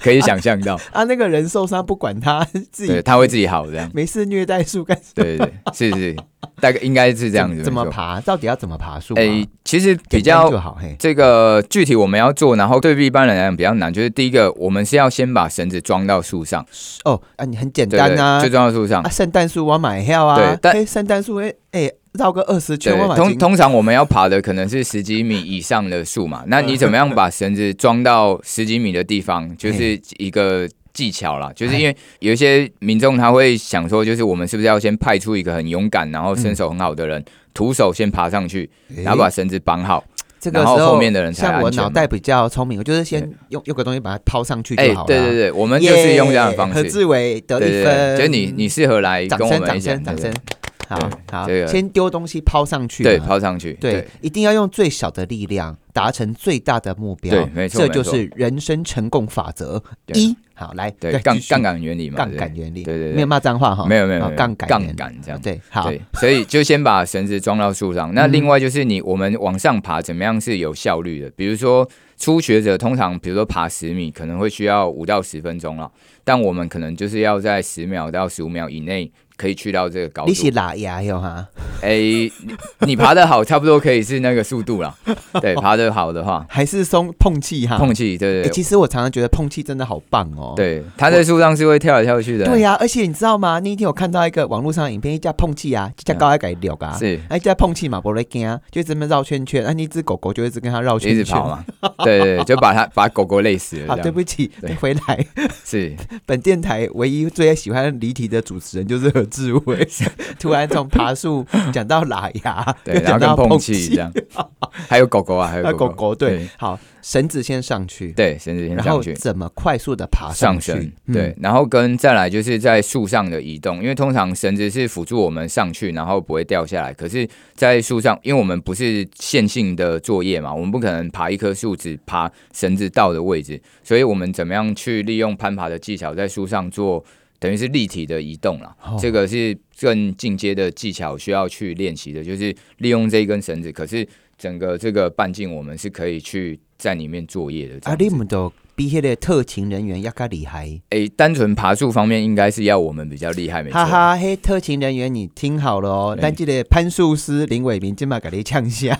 [SPEAKER 2] 可以想象到，
[SPEAKER 1] 啊！那个人受伤不管他自
[SPEAKER 2] 对，
[SPEAKER 1] 己
[SPEAKER 2] 它会自己好这样，
[SPEAKER 1] 没事虐待树干，
[SPEAKER 2] 对对对，是是，大概应该是这样子，
[SPEAKER 1] 怎么
[SPEAKER 2] 没错？
[SPEAKER 1] 爬？到底要怎么爬树啊？
[SPEAKER 2] 哎，其实比
[SPEAKER 1] 简单
[SPEAKER 2] 较
[SPEAKER 1] 就好嘿，
[SPEAKER 2] 这个具体我们要做，然后对比一般人来讲比较难，就是第一个，我们是要先把绳子装到树上，
[SPEAKER 1] 哦啊，你很简
[SPEAKER 2] 对不
[SPEAKER 1] 单
[SPEAKER 2] 对？
[SPEAKER 1] 啊
[SPEAKER 2] 就，装到树上
[SPEAKER 1] 啊，。圣诞树我买票啊
[SPEAKER 2] 对，但
[SPEAKER 1] 哎，圣诞树哎哎绕个二十
[SPEAKER 2] 对
[SPEAKER 1] 圈我，买
[SPEAKER 2] 通
[SPEAKER 1] 金
[SPEAKER 2] 通常我们要爬的可能是十几米以上的 树嘛，那你怎么样把绳子装到十几米的 地方，就是一个技巧啦。就是因为有一些民众他会想说，就是我们是不是要先派出一个很勇敢，然后身手很好的人，徒手先爬上去，然后把
[SPEAKER 1] 哎
[SPEAKER 2] 绳子绑好。
[SPEAKER 1] 这个时
[SPEAKER 2] 然后
[SPEAKER 1] 候
[SPEAKER 2] 后面的人才
[SPEAKER 1] 像我
[SPEAKER 2] 安全
[SPEAKER 1] 脑
[SPEAKER 2] 嘛
[SPEAKER 1] 袋比较聪明，我就是先用用个东西把它抛上去就好了。
[SPEAKER 2] 哎
[SPEAKER 1] 啊
[SPEAKER 2] 对对对，我们就是用这样的方
[SPEAKER 1] 耶
[SPEAKER 2] 式
[SPEAKER 1] 何。志伟得
[SPEAKER 2] 对
[SPEAKER 1] 一
[SPEAKER 2] 对对，
[SPEAKER 1] 分，
[SPEAKER 2] 就是你你适合来
[SPEAKER 1] 掌
[SPEAKER 2] 跟我
[SPEAKER 1] 声
[SPEAKER 2] 们
[SPEAKER 1] 掌
[SPEAKER 2] 一起，
[SPEAKER 1] 声掌
[SPEAKER 2] 对
[SPEAKER 1] 声
[SPEAKER 2] 对。
[SPEAKER 1] 好好，
[SPEAKER 2] 这个
[SPEAKER 1] 先丢东西抛上去嘛，
[SPEAKER 2] 对，抛上去，
[SPEAKER 1] 对，一定要用最小的力量达成最大的目标，
[SPEAKER 2] 对没错
[SPEAKER 1] 这
[SPEAKER 2] 没
[SPEAKER 1] 就
[SPEAKER 2] 错
[SPEAKER 1] 是人生成功法则
[SPEAKER 2] 对
[SPEAKER 1] 一。好，来，
[SPEAKER 2] 对
[SPEAKER 1] 再，
[SPEAKER 2] 杠
[SPEAKER 1] 继续
[SPEAKER 2] 杠杆原理嘛，
[SPEAKER 1] 杠
[SPEAKER 2] 对
[SPEAKER 1] 杆原理，
[SPEAKER 2] 对对对
[SPEAKER 1] 没有骂脏话哈，
[SPEAKER 2] 没有没有
[SPEAKER 1] 好
[SPEAKER 2] 没有
[SPEAKER 1] 杠杆原
[SPEAKER 2] 杠
[SPEAKER 1] 理
[SPEAKER 2] 杆这样。
[SPEAKER 1] 对，好，
[SPEAKER 2] 对，所以就先把绳子装到树上。那
[SPEAKER 1] 嗯
[SPEAKER 2] 另外就是你我们往上爬怎么样是有效率的？比如说初学者通常，比如说爬十米可能会需要五到十分钟了，但我们可能就是要在十秒到十五秒以内可以去到这个高
[SPEAKER 1] 你
[SPEAKER 2] 度
[SPEAKER 1] 是。哪牙哟哈？
[SPEAKER 2] 哎、你你爬得好，差不多可以是那个 速度了。对，爬得好的话，
[SPEAKER 1] 还是松碰气哈？
[SPEAKER 2] 碰气，对
[SPEAKER 1] 欸
[SPEAKER 2] 对对
[SPEAKER 1] 其实我常常觉得碰气真的好棒哦。。
[SPEAKER 2] 对，它在树上是会跳来跳去的。
[SPEAKER 1] 对呀、啊而且你知道吗？那一天我看到一个网络上的影片，一架碰气啊，一架高矮改六啊，
[SPEAKER 2] 是
[SPEAKER 1] 哎，一架碰气嘛，不会惊，就这么绕圈圈，那、啊、那只狗狗就一直跟它绕圈
[SPEAKER 2] 一
[SPEAKER 1] 圈，
[SPEAKER 2] 直跑嘛。对对对，就把它把狗狗累死了
[SPEAKER 1] 好，
[SPEAKER 2] 这
[SPEAKER 1] 啊对
[SPEAKER 2] 样。
[SPEAKER 1] 不起，
[SPEAKER 2] 对
[SPEAKER 1] 回来。
[SPEAKER 2] 是，
[SPEAKER 1] 本电台唯一最喜欢离题的主持人就是何志 伟，突然从爬树讲到喇牙，
[SPEAKER 2] 对，
[SPEAKER 1] 又讲
[SPEAKER 2] 然后跟
[SPEAKER 1] 到
[SPEAKER 2] 碰
[SPEAKER 1] 碰
[SPEAKER 2] 气这，样，还有狗狗啊，还
[SPEAKER 1] 啊
[SPEAKER 2] 有
[SPEAKER 1] 狗
[SPEAKER 2] 狗
[SPEAKER 1] 狗对，，好，绳子先上去，
[SPEAKER 2] 对，绳子先
[SPEAKER 1] 然
[SPEAKER 2] 上
[SPEAKER 1] 后
[SPEAKER 2] 去。
[SPEAKER 1] 怎么快速的爬
[SPEAKER 2] 上
[SPEAKER 1] 去嗯
[SPEAKER 2] 升？，对，，然后跟再来就是在树上的移动，因为通常绳子是辅助我们上去，然后不会掉下来。可是，在树上，因为我们不是线性的作业嘛，我们不可能爬一棵树只爬绳子到的位置，所以我们怎么样去利用攀爬的技巧在树上做，等于是立体的移动啦。
[SPEAKER 1] 哦
[SPEAKER 2] 这个是更进阶的技巧需要去练习的，就是利用这一根绳子，可是整个这个半径我们是可以去在里面作业的。这
[SPEAKER 1] 啊，
[SPEAKER 2] 样子
[SPEAKER 1] 你们都比迄个特勤人员要较厉害，
[SPEAKER 2] 诶、单纯爬树方面应该是要我们比较厉害，没错。
[SPEAKER 1] 哈哈，嘿，特勤人员你听好了哦，
[SPEAKER 2] 对
[SPEAKER 1] 但这个潘术师林伟明今嘛给你呛下。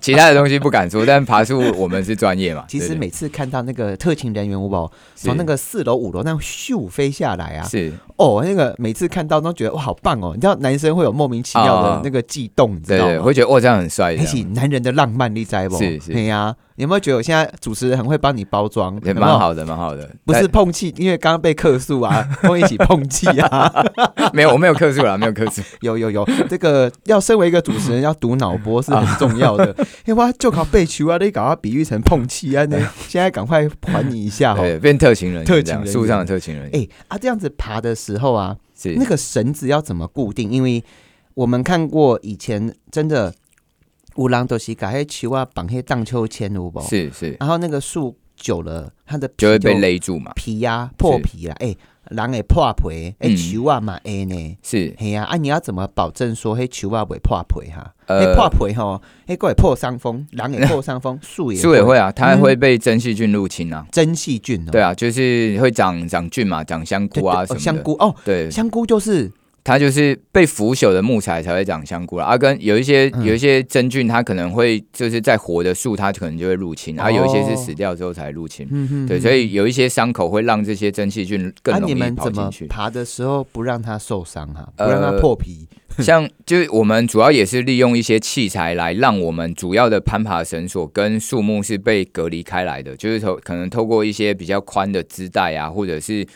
[SPEAKER 2] 其他的东西不敢说，但爬树我们是专业嘛。
[SPEAKER 1] 其实
[SPEAKER 2] 对不对
[SPEAKER 1] 每次看到那个特勤人员，我宝从那个四楼、五楼那样咻飞下来啊，
[SPEAKER 2] 是
[SPEAKER 1] 哦，那个每次看到都觉得哇，好棒哦！你知道男生会有莫名其妙的
[SPEAKER 2] 啊
[SPEAKER 1] 那个悸动，你知
[SPEAKER 2] 对
[SPEAKER 1] 道
[SPEAKER 2] 对，
[SPEAKER 1] 吗？
[SPEAKER 2] 会觉得哦这样很帅这
[SPEAKER 1] 一起
[SPEAKER 2] 样，
[SPEAKER 1] 男人的浪漫，你知不？
[SPEAKER 2] 是是
[SPEAKER 1] 对呀、你有没有觉得我现在主持人很会帮你包装？
[SPEAKER 2] 也
[SPEAKER 1] 有没
[SPEAKER 2] 蛮
[SPEAKER 1] 有，
[SPEAKER 2] 好的，蛮好的。
[SPEAKER 1] 不是碰气，因为刚刚被客诉 啊，碰一起碰气啊，
[SPEAKER 2] 但没有，我没有克数啦，没有克 数。
[SPEAKER 1] 有有有，这个要身为一个主持人，要读脑波 是很重要的。因为我就靠背球啊，你搞它比喻成碰气 啊，那现在赶快还你一下哦。
[SPEAKER 2] 对，变特勤人员
[SPEAKER 1] 特
[SPEAKER 2] 这
[SPEAKER 1] 勤人
[SPEAKER 2] 样，
[SPEAKER 1] 员
[SPEAKER 2] 树上的特勤人员
[SPEAKER 1] 哎、啊，这样子爬的时候啊，
[SPEAKER 2] 是
[SPEAKER 1] 那个绳子要怎么固定？因为我们看过以前真的有人都是把黑球啊绑黑荡秋千，有无？
[SPEAKER 2] 是是，
[SPEAKER 1] 然后那个树久了，它的皮
[SPEAKER 2] 就会被勒住嘛。
[SPEAKER 1] 皮呀、破皮啦，哎、人会破皮，哎、
[SPEAKER 2] 嗯
[SPEAKER 1] 球啊嘛会呢。
[SPEAKER 2] 是
[SPEAKER 1] 嘿呀、啊，你要怎么保证说黑球啊会破皮哈、那、
[SPEAKER 2] 呃
[SPEAKER 1] 破皮吼，那个会破伤风，人也破伤风， 树也
[SPEAKER 2] 树也会啊，它会被真细菌入侵啊。
[SPEAKER 1] 真细菌哦。
[SPEAKER 2] 对啊，就是会长长菌嘛，长香
[SPEAKER 1] 对，
[SPEAKER 2] 菇
[SPEAKER 1] 对
[SPEAKER 2] 啊什
[SPEAKER 1] 哦
[SPEAKER 2] 么
[SPEAKER 1] 香
[SPEAKER 2] 的。
[SPEAKER 1] 菇哦，
[SPEAKER 2] 对，
[SPEAKER 1] 香菇就是
[SPEAKER 2] 它就是被腐朽的木材才会长香菇啦，啊，跟有一些
[SPEAKER 1] 嗯
[SPEAKER 2] 有一些真菌，它可能会就是在活的树，它可能就会入侵，
[SPEAKER 1] 哦
[SPEAKER 2] 啊，有一些是死掉之后才入侵，
[SPEAKER 1] 嗯哼
[SPEAKER 2] 对，
[SPEAKER 1] 哼
[SPEAKER 2] 所以有一些伤口会让这些真细菌更
[SPEAKER 1] 那
[SPEAKER 2] 容
[SPEAKER 1] 啊你
[SPEAKER 2] 易
[SPEAKER 1] 们
[SPEAKER 2] 跑
[SPEAKER 1] 怎
[SPEAKER 2] 进
[SPEAKER 1] 么
[SPEAKER 2] 去。
[SPEAKER 1] 爬的时候不让它受伤哈、不
[SPEAKER 2] 呃
[SPEAKER 1] 让它破皮？
[SPEAKER 2] 像就是我们主要也是利用一些器材来让我们主要的攀爬绳索跟树木是被隔离开来的，就是透可能透过一些比较宽的支带啊，或者是。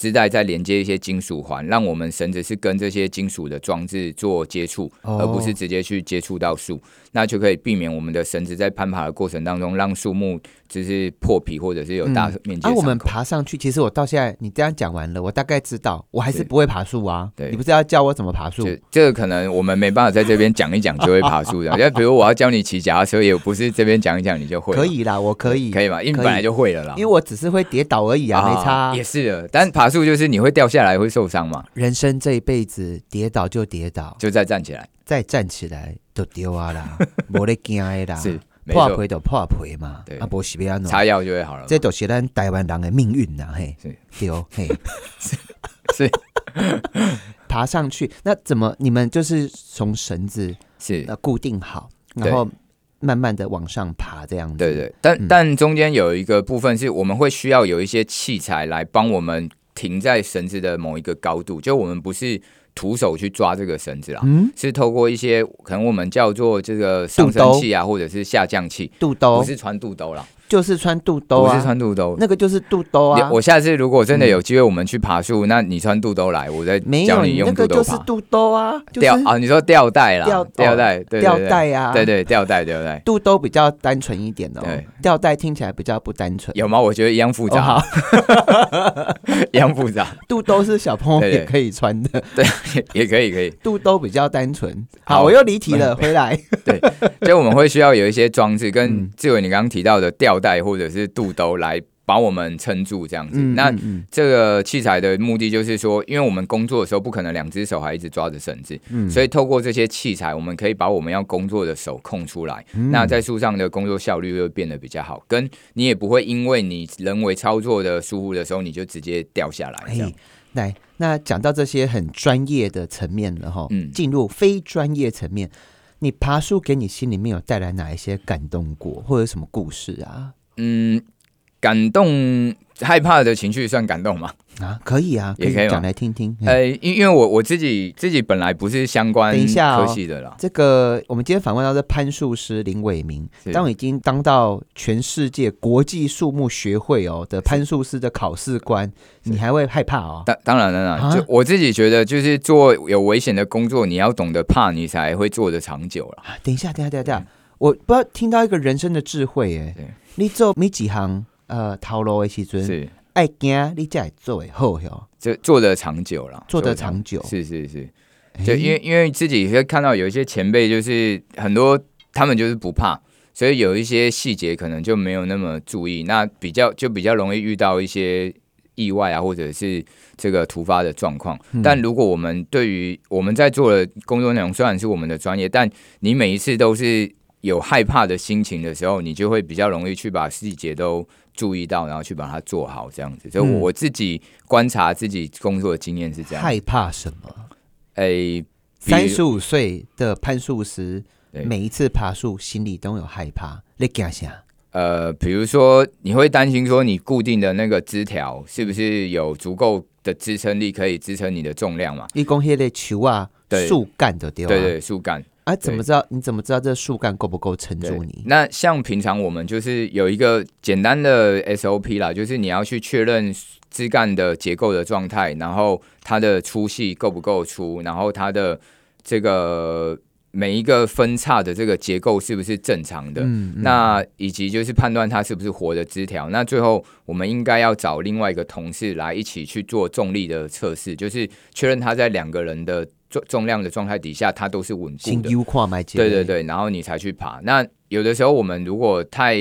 [SPEAKER 2] 支带再连接一些金属环，让我们绳子是跟这些金属的装置做接触，
[SPEAKER 1] 哦
[SPEAKER 2] 而不是直接去接触到树，那就可以避免我们的绳子在攀爬的过程当中让树木就是破皮或者是有大
[SPEAKER 1] 嗯
[SPEAKER 2] 面积
[SPEAKER 1] 啊，
[SPEAKER 2] 的
[SPEAKER 1] 我
[SPEAKER 2] 伤
[SPEAKER 1] 们
[SPEAKER 2] 口。
[SPEAKER 1] 爬上去，其实我到现在你这样讲完了，我大概知道，我还是
[SPEAKER 2] 是
[SPEAKER 1] 不会爬树啊。
[SPEAKER 2] 对
[SPEAKER 1] 你不是要教我怎么爬树
[SPEAKER 2] 就？这个可能我们没办法在这边讲一讲就会爬树的， 因为比如我要教你骑脚踏车，也不是这边讲一讲你就会嘛。
[SPEAKER 1] 可以啦，我可以，
[SPEAKER 2] 可以吗？因为本来就会了啦。
[SPEAKER 1] 因为我只是会跌倒而已啊，没差啊、
[SPEAKER 2] 也是的。但爬树就是你会掉下来会受伤嘛，
[SPEAKER 1] 人生这一辈子跌倒就跌倒，
[SPEAKER 2] 就再站起来。
[SPEAKER 1] 再站起来就丢啊 啦，没得惊的啦，
[SPEAKER 2] 是，没
[SPEAKER 1] 啊破
[SPEAKER 2] 错，
[SPEAKER 1] 皮就破皮嘛
[SPEAKER 2] 对，
[SPEAKER 1] 啊，不是要弄。
[SPEAKER 2] 擦药就会好了嘛。
[SPEAKER 1] 这都是咱台湾人的命运呐、嘿
[SPEAKER 2] 是，
[SPEAKER 1] 对哦，嘿，
[SPEAKER 2] 是
[SPEAKER 1] 爬上去，那怎么你们就是从绳子
[SPEAKER 2] 是
[SPEAKER 1] 呃固定好，
[SPEAKER 2] 对
[SPEAKER 1] 然后慢慢的往上爬这样子？
[SPEAKER 2] 对对，但、
[SPEAKER 1] 嗯
[SPEAKER 2] 但中间有一个部分是我们会需要有一些器材来帮我们停在绳子的某一个高度，就我们不是徒手去抓这个绳子啦，
[SPEAKER 1] 嗯，
[SPEAKER 2] 是透过一些可能我们叫做这个上升器啊，或者是下降器，
[SPEAKER 1] 肚兜
[SPEAKER 2] 不是穿肚兜啦，
[SPEAKER 1] 就是穿肚兜
[SPEAKER 2] 我是
[SPEAKER 1] 啊，
[SPEAKER 2] 穿肚兜。
[SPEAKER 1] 那个就是肚兜啊。
[SPEAKER 2] 我下次如果真的
[SPEAKER 1] 嗯
[SPEAKER 2] 有机会，我们去爬树，那你穿肚兜来，我再
[SPEAKER 1] 没
[SPEAKER 2] 教
[SPEAKER 1] 有，那
[SPEAKER 2] 用
[SPEAKER 1] 个
[SPEAKER 2] 肚兜
[SPEAKER 1] 就是
[SPEAKER 2] 爬。
[SPEAKER 1] 肚兜啊，就是
[SPEAKER 2] 吊啊，你说吊带啦，
[SPEAKER 1] 吊哦
[SPEAKER 2] 吊带，对对
[SPEAKER 1] 吊
[SPEAKER 2] 对
[SPEAKER 1] 带啊，
[SPEAKER 2] 对对吊带吊带，
[SPEAKER 1] 肚兜比较单纯一点哦
[SPEAKER 2] 对，
[SPEAKER 1] 吊带听起来比较不单纯。
[SPEAKER 2] 有吗？我觉得一样复
[SPEAKER 1] 哦
[SPEAKER 2] 杂，
[SPEAKER 1] 好，
[SPEAKER 2] 一样复杂，
[SPEAKER 1] 肚兜是小朋友
[SPEAKER 2] 对对
[SPEAKER 1] 也可以穿的，
[SPEAKER 2] 也可以可以。
[SPEAKER 1] 肚兜比较单纯。
[SPEAKER 2] 好嗯
[SPEAKER 1] 好，我又离题了，回来。
[SPEAKER 2] 所以我们会需要有一些装置，跟
[SPEAKER 1] 嗯
[SPEAKER 2] 志伟你刚刚提到的吊带或者是肚兜来把我们撑住这样子。
[SPEAKER 1] 嗯，
[SPEAKER 2] 那
[SPEAKER 1] 嗯嗯
[SPEAKER 2] 这个器材的目的就是说，因为我们工作的时候不可能两只手还一直抓着绳子，
[SPEAKER 1] 嗯
[SPEAKER 2] 所以透过这些器材，我们可以把我们要工作的手空出来。
[SPEAKER 1] 嗯
[SPEAKER 2] 那在树上的工作效率会变得比较好，跟你也不会因为你人为操作的疏忽的时候，你就直接掉下来。这样
[SPEAKER 1] 哎，来，那讲到这些很专业的层面了哈，
[SPEAKER 2] 嗯
[SPEAKER 1] 进入非专业层面，你爬树给你心里面有带来哪一些感动过，或者什么故事啊？
[SPEAKER 2] 嗯，感动害怕的情绪算感动吗？
[SPEAKER 1] 啊，可以啊，
[SPEAKER 2] 也可以吗
[SPEAKER 1] 讲来听听。嗯
[SPEAKER 2] 呃，因因为我我自己自己本来不是相关
[SPEAKER 1] 等一下哦
[SPEAKER 2] 科系的啦，
[SPEAKER 1] 这个我们今天访问到的攀树师林伟明，
[SPEAKER 2] 是
[SPEAKER 1] 当已经当到全世界国际树木学会哦的攀树师的考试官，
[SPEAKER 2] 是
[SPEAKER 1] 你还会害怕哦？
[SPEAKER 2] 当当然当然，
[SPEAKER 1] 啊
[SPEAKER 2] 就我自己觉得，就是做有危险的工作，你要懂得怕，你才会做得长久啦。
[SPEAKER 1] 啊等一下，等一下，等一下，等一下，我不要听到一个人生的智慧
[SPEAKER 2] 嗯对
[SPEAKER 1] 哎，你做没几行呃头路的时阵，
[SPEAKER 2] 是，
[SPEAKER 1] 爱惊你才会做会好哟，
[SPEAKER 2] 就做得长久啦，
[SPEAKER 1] 做得长久。
[SPEAKER 2] 是是是，
[SPEAKER 1] 诶
[SPEAKER 2] 就因为因为自己会看到有一些前辈，就是很多他们就是不怕，所以有一些细节可能就没有那么注意，那比较就比较容易遇到一些意外啊，或者是这个突发的状况。
[SPEAKER 1] 嗯
[SPEAKER 2] 但如果我们对于我们在做的工作内容虽然是我们的专业，但你每一次都是有害怕的心情的时候，你就会比较容易去把细节都注意到，然后去把它做好这样子。所以
[SPEAKER 1] 嗯
[SPEAKER 2] 我自己观察自己工作的经验是这样。
[SPEAKER 1] 害怕什么？
[SPEAKER 2] 诶、比
[SPEAKER 1] 三十五岁的攀树时，
[SPEAKER 2] 对
[SPEAKER 1] 每一次爬树心里都有害怕，你惊啥？
[SPEAKER 2] 呃，比如说你会担心说你固定的那个枝条是不是有足够的支撑力可以支撑你的重量嘛？
[SPEAKER 1] 你讲迄个球啊，
[SPEAKER 2] 对
[SPEAKER 1] 树干的对吧？
[SPEAKER 2] 对对，树干。
[SPEAKER 1] 啊，怎么知道？你怎么知道这树干够不够撑住你？
[SPEAKER 2] 那像平常我们就是有一个简单的 SOP 啦，就是你要去确认枝干的结构的状态，然后它的粗细够不够粗，然后它的这个每一个分叉的这个结构是不是正常的。
[SPEAKER 1] 嗯，嗯
[SPEAKER 2] 那以及就是判断它是不是活的枝条。那最后我们应该要找另外一个同事来一起去做重力的测试，就是确认它在两个人的重重量的状态底下，它都是稳固
[SPEAKER 1] 先
[SPEAKER 2] 的。
[SPEAKER 1] 优化买结。
[SPEAKER 2] 对对，对，然后你才去爬。那有的时候我们如果太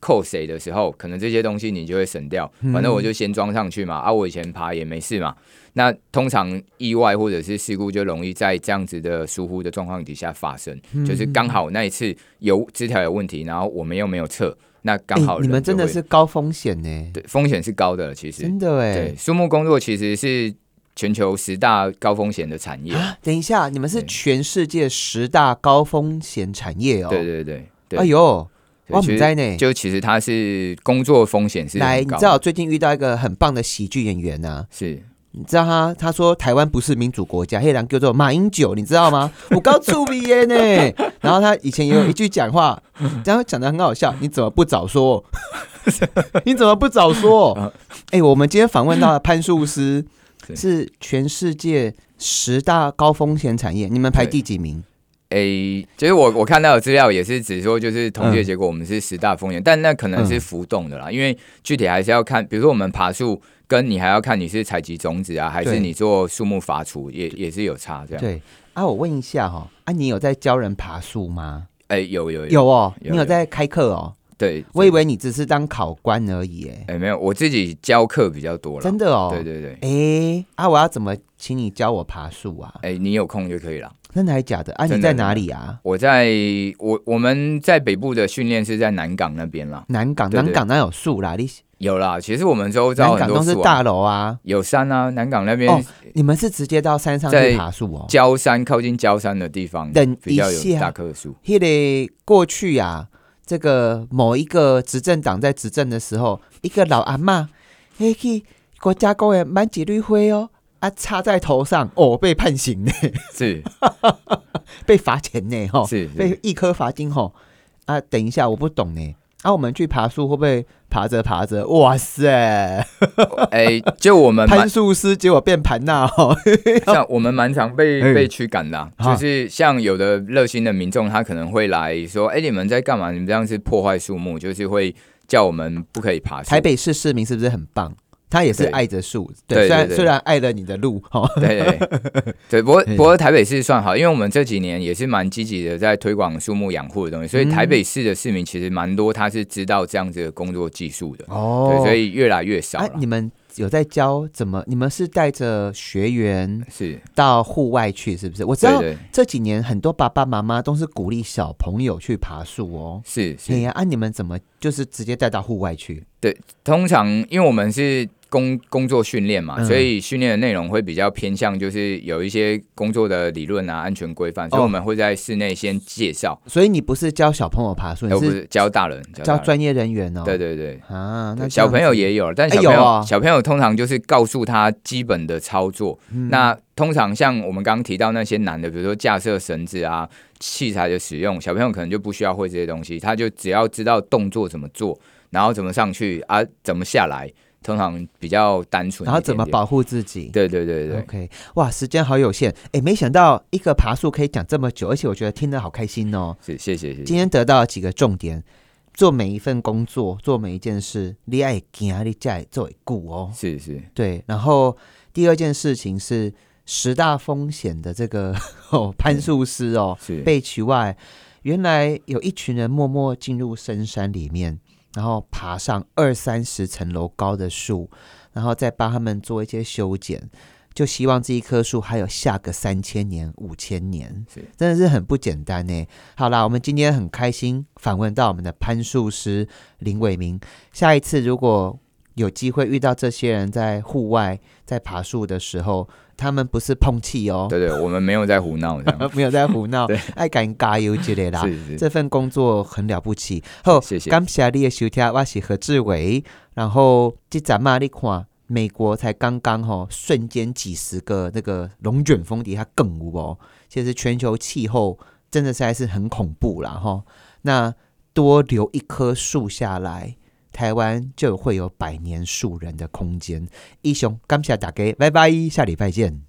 [SPEAKER 2] 扣谁的时候，可能这些东西你就会省掉。
[SPEAKER 1] 嗯
[SPEAKER 2] 反正我就先装上去嘛，啊，我以前爬也没事嘛。那通常意外或者是事故就容易在这样子的疏忽的状况底下发生，
[SPEAKER 1] 嗯
[SPEAKER 2] 就是刚好那一次有枝条有问题，然后我们又没有测，那刚好
[SPEAKER 1] 哎你们
[SPEAKER 2] 人就
[SPEAKER 1] 真的
[SPEAKER 2] 会
[SPEAKER 1] 是高风险呢，
[SPEAKER 2] 对风险是高的，其实
[SPEAKER 1] 真的
[SPEAKER 2] 对
[SPEAKER 1] 哎。
[SPEAKER 2] 树木工作其实是全球十大高风险的产业，
[SPEAKER 1] 啊，等一下，你们是
[SPEAKER 2] 对
[SPEAKER 1] 全世界十大高风险产业哦。
[SPEAKER 2] 对对对对。
[SPEAKER 1] 哎呦，
[SPEAKER 2] 对
[SPEAKER 1] 我
[SPEAKER 2] 其
[SPEAKER 1] 们
[SPEAKER 2] 实
[SPEAKER 1] 在呢。
[SPEAKER 2] 就其实他是工作风险是很
[SPEAKER 1] 哎来，你
[SPEAKER 2] 高
[SPEAKER 1] 知道我最近遇到一个很棒的喜剧演员啊呐、
[SPEAKER 2] 是
[SPEAKER 1] 你知道他他说台湾不是民主国家，黑狼叫做马英九，你知道吗？ 我高处鼻烟呢。然后他以前也有一句讲话，
[SPEAKER 2] 嗯
[SPEAKER 1] 然后讲的很好笑，你怎么不早说？ 你怎么不早说？哎、我们今天访问到的潘树师
[SPEAKER 2] 啊对
[SPEAKER 1] 是全世界十大高风险产业，你们排第几名？
[SPEAKER 2] 诶、其实我我看到的资料也是只说就是
[SPEAKER 1] 嗯
[SPEAKER 2] 统计的结果，我们是十大风险，但那可能是浮动的啦，因为具体还是要看，比如说我们爬树，跟你还要看你是采集种子啊，还是
[SPEAKER 1] 对
[SPEAKER 2] 你做树木伐除，也也是有差这样。
[SPEAKER 1] 对啊，我问一下哈、哦，啊，你有在教人爬树吗？
[SPEAKER 2] 诶、有有有
[SPEAKER 1] 有哦，
[SPEAKER 2] 有
[SPEAKER 1] 你有
[SPEAKER 2] 有
[SPEAKER 1] 在开课哦。
[SPEAKER 2] 对，
[SPEAKER 1] 我以为你只是当考官而已，哎，
[SPEAKER 2] 诶、没有，我自己教课比较多了，
[SPEAKER 1] 真的哦。
[SPEAKER 2] 对对对，
[SPEAKER 1] 哎，啊，我要怎么请你教我爬树啊？
[SPEAKER 2] 诶、你有空就可以了。
[SPEAKER 1] 真的还假的？啊，
[SPEAKER 2] 真的
[SPEAKER 1] 你在哪里啊？
[SPEAKER 2] 我在我我们在北部的训练是在南港那边啦，
[SPEAKER 1] 南港，
[SPEAKER 2] 对对
[SPEAKER 1] 南港哪有树啦？你
[SPEAKER 2] 有啦，其实我们周遭
[SPEAKER 1] 南
[SPEAKER 2] 很
[SPEAKER 1] 港
[SPEAKER 2] 多
[SPEAKER 1] 都是
[SPEAKER 2] 树、啊。
[SPEAKER 1] 大楼啊，
[SPEAKER 2] 有山啊，南港那
[SPEAKER 1] 哦
[SPEAKER 2] 边
[SPEAKER 1] 你们是直接到山上去
[SPEAKER 2] 在
[SPEAKER 1] 爬树哦？
[SPEAKER 2] 焦山、靠近焦山的地方，
[SPEAKER 1] 等
[SPEAKER 2] 比较
[SPEAKER 1] 一
[SPEAKER 2] 有
[SPEAKER 1] 下
[SPEAKER 2] 大棵树。
[SPEAKER 1] 迄个过去啊，这个某一个执政党在执政的时候，一个老阿嬷，嘿去国家公园满几绿灰哦，啊插在头上，哦被判刑 呢，
[SPEAKER 2] 是
[SPEAKER 1] 被罚钱呢，吼。
[SPEAKER 2] 是是
[SPEAKER 1] 哦
[SPEAKER 2] 嗯
[SPEAKER 1] 被一颗罚金吼啊！等一下，我不懂呢。啊，我们去爬树会不会爬着爬着，哇塞，
[SPEAKER 2] 哎，就 我们蛮
[SPEAKER 1] 攀树师结果变盘纳 哦，
[SPEAKER 2] 像我们蛮常被
[SPEAKER 1] 哎
[SPEAKER 2] 被驱赶的啊、
[SPEAKER 1] 啊
[SPEAKER 2] 就是像有的热心的民众，他可能会来说：“哎，你们在干嘛？你们这样是破坏树木，就是会叫我们不可以爬树。”
[SPEAKER 1] 台北市市民是不是很棒？他也是
[SPEAKER 2] 对
[SPEAKER 1] 爱着树，对，
[SPEAKER 2] 对
[SPEAKER 1] 虽然
[SPEAKER 2] 对对
[SPEAKER 1] 虽然爱了你的路哈，哦
[SPEAKER 2] 对 对对对，不过
[SPEAKER 1] 嗯
[SPEAKER 2] 不过台北市算好，因为我们这几年也是蛮积极的在推广树木养护的东西，所以
[SPEAKER 1] 嗯
[SPEAKER 2] 台北市的市民其实蛮多，他是知道这样子的工作技术的，
[SPEAKER 1] 哦
[SPEAKER 2] 对，所以越来越少
[SPEAKER 1] 哎、
[SPEAKER 2] 了。
[SPEAKER 1] 你们有在教怎么？你们是带着学员
[SPEAKER 2] 是，
[SPEAKER 1] 到户外去，是不是？我知
[SPEAKER 2] 对
[SPEAKER 1] 道
[SPEAKER 2] 对
[SPEAKER 1] 这几年很多爸爸妈妈都是鼓励小朋友去爬树哦。
[SPEAKER 2] 是
[SPEAKER 1] 哎
[SPEAKER 2] 是，
[SPEAKER 1] 呀，啊，你们怎么就是直接带到户外去？
[SPEAKER 2] 通常因为我们是。工工作训练嘛，
[SPEAKER 1] 嗯
[SPEAKER 2] 所以训练的内容会比较偏向，就是有一些工作的理论啊、安全规范，所以
[SPEAKER 1] 哦
[SPEAKER 2] 我们会在室内先介绍，
[SPEAKER 1] 所以你不是教小朋友爬树，
[SPEAKER 2] 而
[SPEAKER 1] 你
[SPEAKER 2] 哎不
[SPEAKER 1] 是
[SPEAKER 2] 是教大人，
[SPEAKER 1] 教
[SPEAKER 2] 大人。
[SPEAKER 1] 专业人员哦。
[SPEAKER 2] 对对对，
[SPEAKER 1] 啊，那这样
[SPEAKER 2] 对
[SPEAKER 1] 子
[SPEAKER 2] 小朋友也有，但
[SPEAKER 1] 哎
[SPEAKER 2] 小朋友、
[SPEAKER 1] 有啊
[SPEAKER 2] 小朋友通常就是告诉他基本的操作。
[SPEAKER 1] 嗯
[SPEAKER 2] 那通常像我们刚刚提到那些难的，比如说架设绳子啊、器材的使用，小朋友可能就不需要会这些东西，他就只要知道动作怎么做，然后怎么上去啊，怎么下来，通常比较单纯。
[SPEAKER 1] 然后怎么？保护嗯自己？
[SPEAKER 2] 对对对对
[SPEAKER 1] OK，哇，时间好有限，哎，没想到一个爬树可以讲这么久，而且我觉得听得好开心哦。
[SPEAKER 2] 是谢谢谢
[SPEAKER 1] 今
[SPEAKER 2] 谢。
[SPEAKER 1] 天得到了几个重点：做每一份工作，做每一件事，你爱行，你才会做会久哦。
[SPEAKER 2] 是是，
[SPEAKER 1] 对，然后第二件事情是十大风险的这个 哦攀树师哦
[SPEAKER 2] 是
[SPEAKER 1] 被取外，原来有一群人默默进入深山里面，然后爬上二三十层楼高的树，然后再帮他们做一些修剪。就希望这一棵树还有下个三千年、五千年
[SPEAKER 2] 是，
[SPEAKER 1] 真的是很不简单呢。好啦，我们今天很开心访问到我们的攀树师林伟明。下一次如果有机会遇到这些人在户外在爬树的时候，他们不是碰气哦，
[SPEAKER 2] 对对，我们没有在胡闹这 样。
[SPEAKER 1] 呃没有在胡闹
[SPEAKER 2] 对，
[SPEAKER 1] 爱敢加油之类啦。
[SPEAKER 2] 是是，
[SPEAKER 1] 这份工作很了不起。好，
[SPEAKER 2] 谢谢
[SPEAKER 1] 感谢你的收听，我是何志伟。然后这阵嘛，你看啊美国才刚刚吼、瞬间几十个那个龙卷风底下更无哦，其实全球气候真的实在是很恐怖啦吼、那多留一棵树下来。台湾就会有百年树人的空间。一雄，感谢大家，拜拜，下礼拜见。